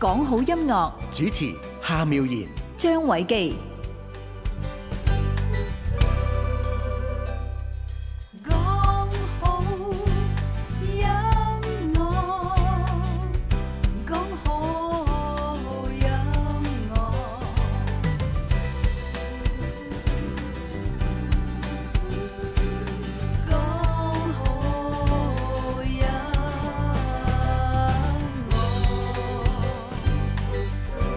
講好音樂，主持夏妙然。張偉記。講好音樂，講好音樂。講好音樂。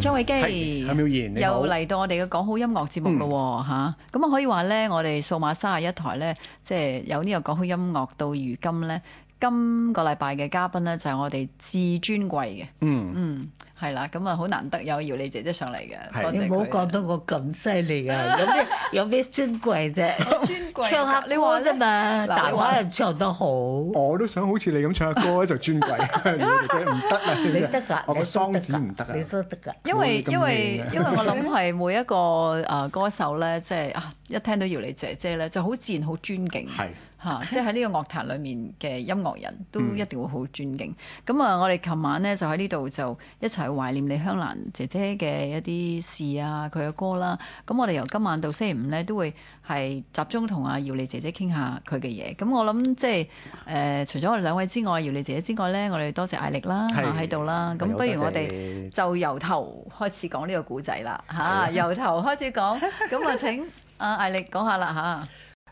張偉基，係夏妙然你嗯好又嚟到我哋嘅講好音樂節目咯喎嚇，咁啊可以話咧，我哋數碼三十一台咧，即係有呢個講好音樂到如今咧，今個禮拜嘅嘉賓咧就係我哋至尊貴嘅，嗯，嗯，係啦，咁啊好難得有姚莉姐姐上嚟嘅，係多你謝你唔好佢啊講到我咁犀 利啊！有咩有咩尊貴啫？尊貴啊唱下你歌話啫咧嘛，嗱大你話把人唱得好。我都想好似你咁唱下歌咧就尊 貴，你哋真係唔得啊！你哦得㗎，我個你都嗓得子㗎唔得啊你！都得㗎。因為冇咁因為靚嘅因為我諗係每一個誒歌手咧，即係啊一聽到姚莉姐姐咧，就好自然好尊敬，係嗯嚇，即係喺呢個樂壇裡面嘅音樂人都一定會好尊敬。咁啊、我哋琴晚咧就喺呢度就一齊懷念李香蘭姐姐嘅一啲事啊，佢嘅歌啦。咁我哋由今晚到星期五咧都會係集中同阿姚莉姐姐傾下佢嘅嘢。咁我諗即係誒、呃除咗我哋兩位之外，姚莉姐姐之外咧，我哋多謝艾力啦係喺度啦。咁係不如我多謝哋你就由頭開始講呢個故仔啦啊嚇，由頭開始講。咁啊請阿艾力講下啦嚇。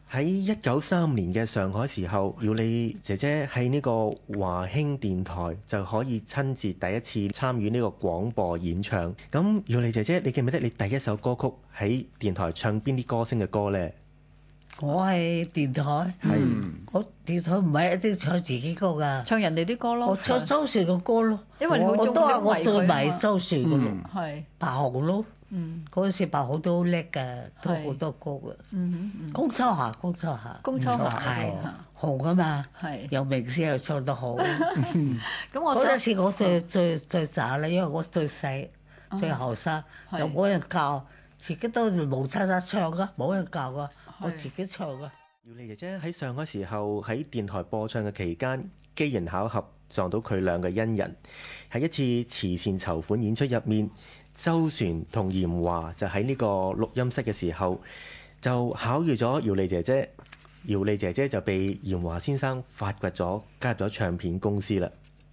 喺一九三五年嘅上海時候，姚莉姐姐喺呢個華興電台就可以親自第一次參與呢個廣播演唱。咁姚莉姐姐，你記唔記得你第一首歌曲喺電台唱邊啲歌星嘅歌呢？我係電台，我電台唔係一定唱自己歌㗎，嗯唱人哋啲歌咯，我唱周璇嘅歌咯。因為你好我中都話意我迷最佢啊迷嘛周璇㗎咯，係，白虹咯。嗯嗰陣時白虹都好叻㗎，都係好多歌㗎。嗯嗯，公秋霞，公秋霞，嗯公秋霞係係啊紅啊嘛，係有明星又唱得好。咁我嗰陣想嗯時我最最最渣咧，因為我最細、最後生，哦係又冇人教，自己都無差差唱噶，冇人教噶，我自己唱噶。姚莉姐姐喺上海時候喺電台播唱嘅期間，機緣巧合撞到佢兩個恩人，喺一次慈善籌款演出入面，周璇同嚴華就喺呢個錄音室嘅時候就巧遇咗姚莉姐姐，姚莉姐姐就被嚴華先生發掘咗，加入咗唱片公司啦。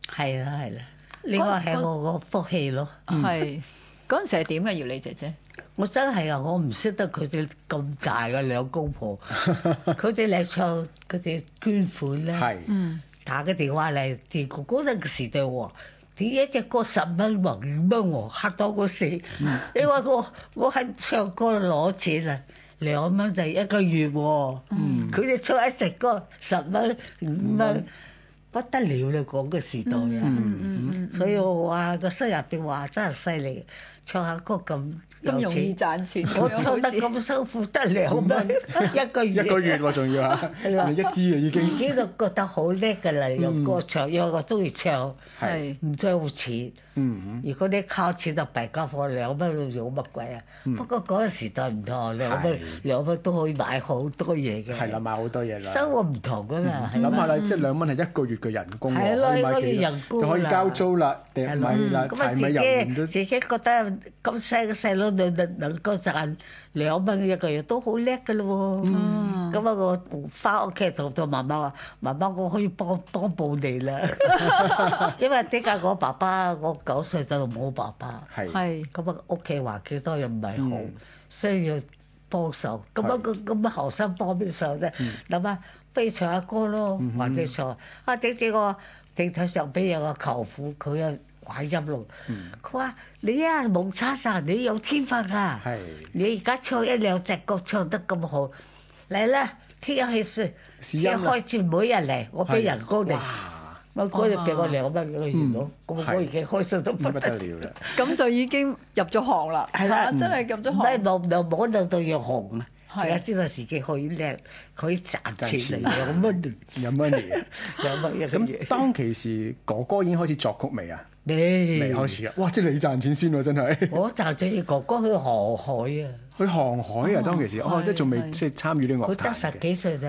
係啦係啦，呢個係我個福氣咯。係嗯嗰陣時係點嘅姚莉姐姐，我真係啊，我唔識得佢哋咁大嘅兩公婆，佢哋嚟唱，佢哋捐款咧。係打個電話嚟，電嗰嗰陣時代喎，點一隻歌十蚊喎，五蚊喎，嚇到我死！嗯你話我我喺唱歌攞錢啊，兩蚊就一個月喎，嗯佢哋唱一隻歌十蚊五蚊，不得了啦！嗰個時代嗯啊，所以我話個收入電話真係犀利，唱下歌咁有咁容易錢，賺錢，我咁樣唱得好似咁辛苦得兩蚊一個月一。個月喎，仲要啊，係啦你一支啊已自經己就覺得好叻㗎嗯啦，有歌唱，因為我中意唱，係唔需要錢。嗯如果你靠錢就弊家伙，兩蚊做乜鬼啊？嗯不過嗰個時代唔同，兩蚊兩蚊都可以買好多嘢嘅。係啦，買好多嘢啦。嗯生活唔同㗎嘛，係諗下啦，即係兩蚊係一個月嘅人工喎，係咯可以買一個月幾多人工啊又可以啦交租啦、掟米啦、咁啊柴自米油鹽都己自己覺得咁細個細佬能能能夠賺兩蚊一個月都好叻㗎咯喎。嗯咁啊，我翻屋企就同媽媽話：媽媽，我可以幫幫補你 啦。 因為點解我爸爸我九歲就冇爸爸，係係咁啊屋企環境當然唔係好，需要幫手。咁啊係個咁啊後生幫邊手啫？諗下不如唱下歌咯，或者唱啊頂住我地頭上邊有個舅父，佢啊玩音樂，佢話你啊蒙差晒，你有天分啊！係你而家唱一兩隻歌唱得咁好，嚟啦！聽日去試，試聽音日啦開始每日嚟，我俾係人工你。哇，我嗰日俾我兩蚊一個月咯，咁係我已經開心到不不得得了。了啦！咁就已經入咗行啦，係啦嗯啊真係入咗唔行，係冇冇冇到到要紅啊！係而家知道自己可以叻，可以賺錢嚟有乜有 money 啊！有乜一個咁月。當其時，哥哥已經開始作曲未啊？你未開始啊！哇，即係你賺錢先喎，真係我就咗似哥哥去航海啊，去航海啊！當其時，哦，係即係仲未係即係參與呢個佢樂得壇十嘅。幾歲就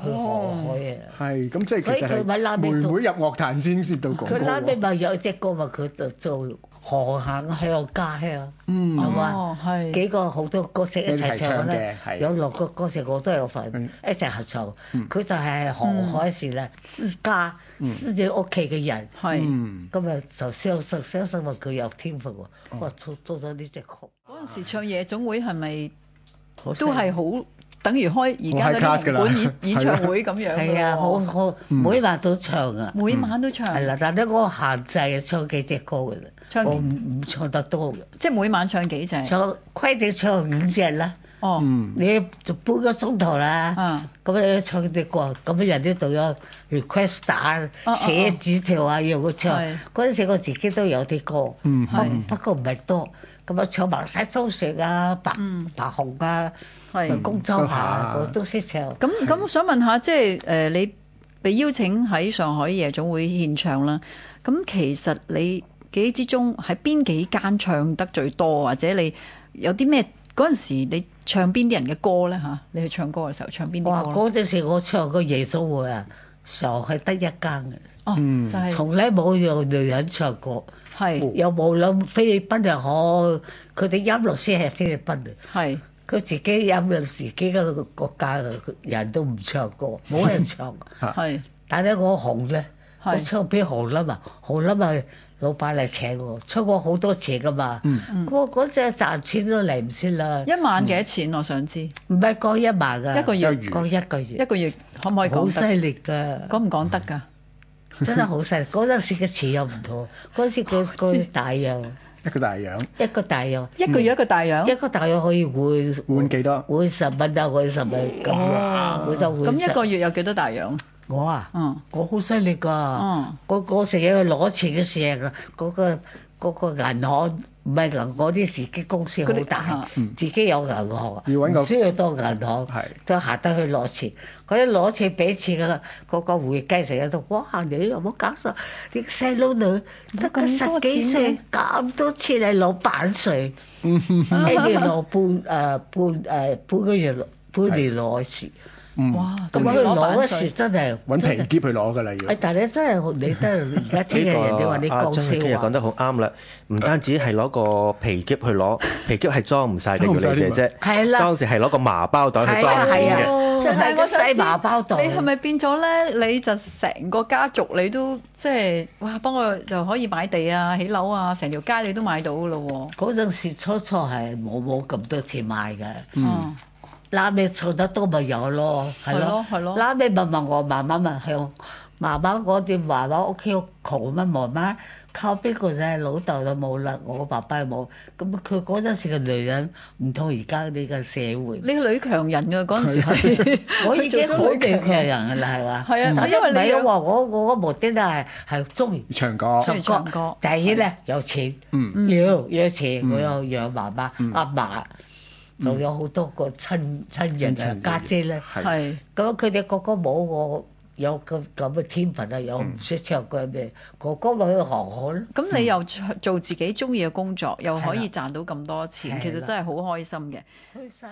去航海啊。係咁，即係其所實以佢係咪拉尾妹妹做入樂壇先先到哥哥佢拉尾喎。咪有隻歌咪佢就做航行向家鄉，嗯係哦嘛？係幾個好多歌手一齊唱咧一齊唱嘅係，有六個歌手我都有份一齊合唱。佢就係航海時咧，思家思己屋企嘅人，係嗯，咁啊就相信相信話佢有天分喎，哇做做咗呢隻曲，嗰陣時唱夜總會係咪好犀都利係好等於開而家好 high 嗰 class 啲㗎啦紅館演演唱會咁樣㗎係啊，喎好好每晚都唱啊。每晚都唱，係啦，但係咧我限制係唱幾隻歌嘅啦，嗯唱幾我唔唔唱得多嘅，即係每晚唱幾隻。唱規定唱五隻啦。哦，你就半個鐘頭啦嗯，咁你唱啲歌，咁人哋度有 request 打哦哦寫紙條啊，要佢唱係。嗯嗰陣時我自己都有啲歌，係不不過唔係多。咁啊，唱埋晒周石啊、白白虹啊、嗯係公州啊，都我下都識唱。咁咁，我想問下，即係誒、呃你被邀請喺上海夜總會獻唱啦。咁其實你記憶之中喺邊幾間唱得最多，或者你有啲咩嗰陣時你唱邊啲人嘅歌咧嚇？你去唱歌嘅時候唱邊哇！啲歌呢？嗰陣時我唱個夜總會啊，上海得一間嘅，哦，就係、嗯從來冇有女人唱過。係又無論菲律賓又好，佢哋音樂師係菲律賓嘅。係佢自己有有自己嘅國家嘅人都唔唱歌，冇人唱。係但係咧，我紅咧，係我唱俾紅啦嘛，紅啦嘛，老闆嚟請我，出我好多錢噶嘛。咁我嗰陣賺錢都嚟唔切啦，一晚幾多錢？我想知一唔係講一萬一㗎，個月講一個月，個月可唔可以好嗯講犀得？利㗎。講唔講得㗎？真係好犀利，嗰陣時嘅錢又唔同，嗰陣時佢佢大約一個大樣一個大約一個月一個大洋，一個大約可以換換幾多？換十蚊啊，換十蚊咁樣，換就換十。咁一個月有幾多大洋？我啊，嗯我好犀利噶嗯，我我成日去攞錢嘅時候，嗰、個嗰、個銀行唔係銀我啲自己公司好嗰啲大啊，自己有銀行，要搵個唔需要多銀行係，就下得去攞錢。佢一攞錢俾錢嘅嗰個會計成日都，哇！你有冇搞錯？你細佬女得個咁十多幾錢歲，咁多錢嚟攞版税，嗯一年攞半誒半誒呃半個月攞半年攞 一次。哇！咁仲要佢攞嗰版時税真係揾皮真係夾去攞㗎啦要誒，。哎但係你真係你都係而家聽呢嘅個哎人哋話你啊阿講張力基笑又講話，得好啱啦，唔單止係攞個皮夾去攞，皮夾係裝唔晒嘅，裝要唔晒你姐姐。添啊係啦當時係攞個麻包袋去係啊裝係錢嘅。啊，真係但個我想西知麻包袋。你係咪變咗咧？你就成個家族你都即係哇，幫我就可以買地啊、起樓啊，成條街你都買到噶咯嗰陣時初初係冇冇咁多錢買嘅，喎。嗯，拉尾做得多咪有咯，係係咯咯係咯拉尾咪問我媽媽咪向媽媽嗰啲媽媽屋企窮乜媽媽靠邊個啫？老豆就冇啦，我爸爸又冇。咁佢嗰陣時嘅女人唔同而家呢個社會。你係女強人㗎嗰陣 時係，我已經佢做好咗地強人噶啦，係嘛？係啊但因為你唔係有啊話我我個目的咧係係中意唱歌中意唱歌哦第二咧有錢，要有錢，我有養媽媽阿嫲，仲有好多個親親人啊家姐咧。係係咁佢哋個個冇我有咁咁嘅天分啊，有唔識唱歌嗯咩？哥哥咪去航海咯。咁你又做自己中意嘅工作，又可以賺到咁多錢，係其實啦真係好開心嘅。開心。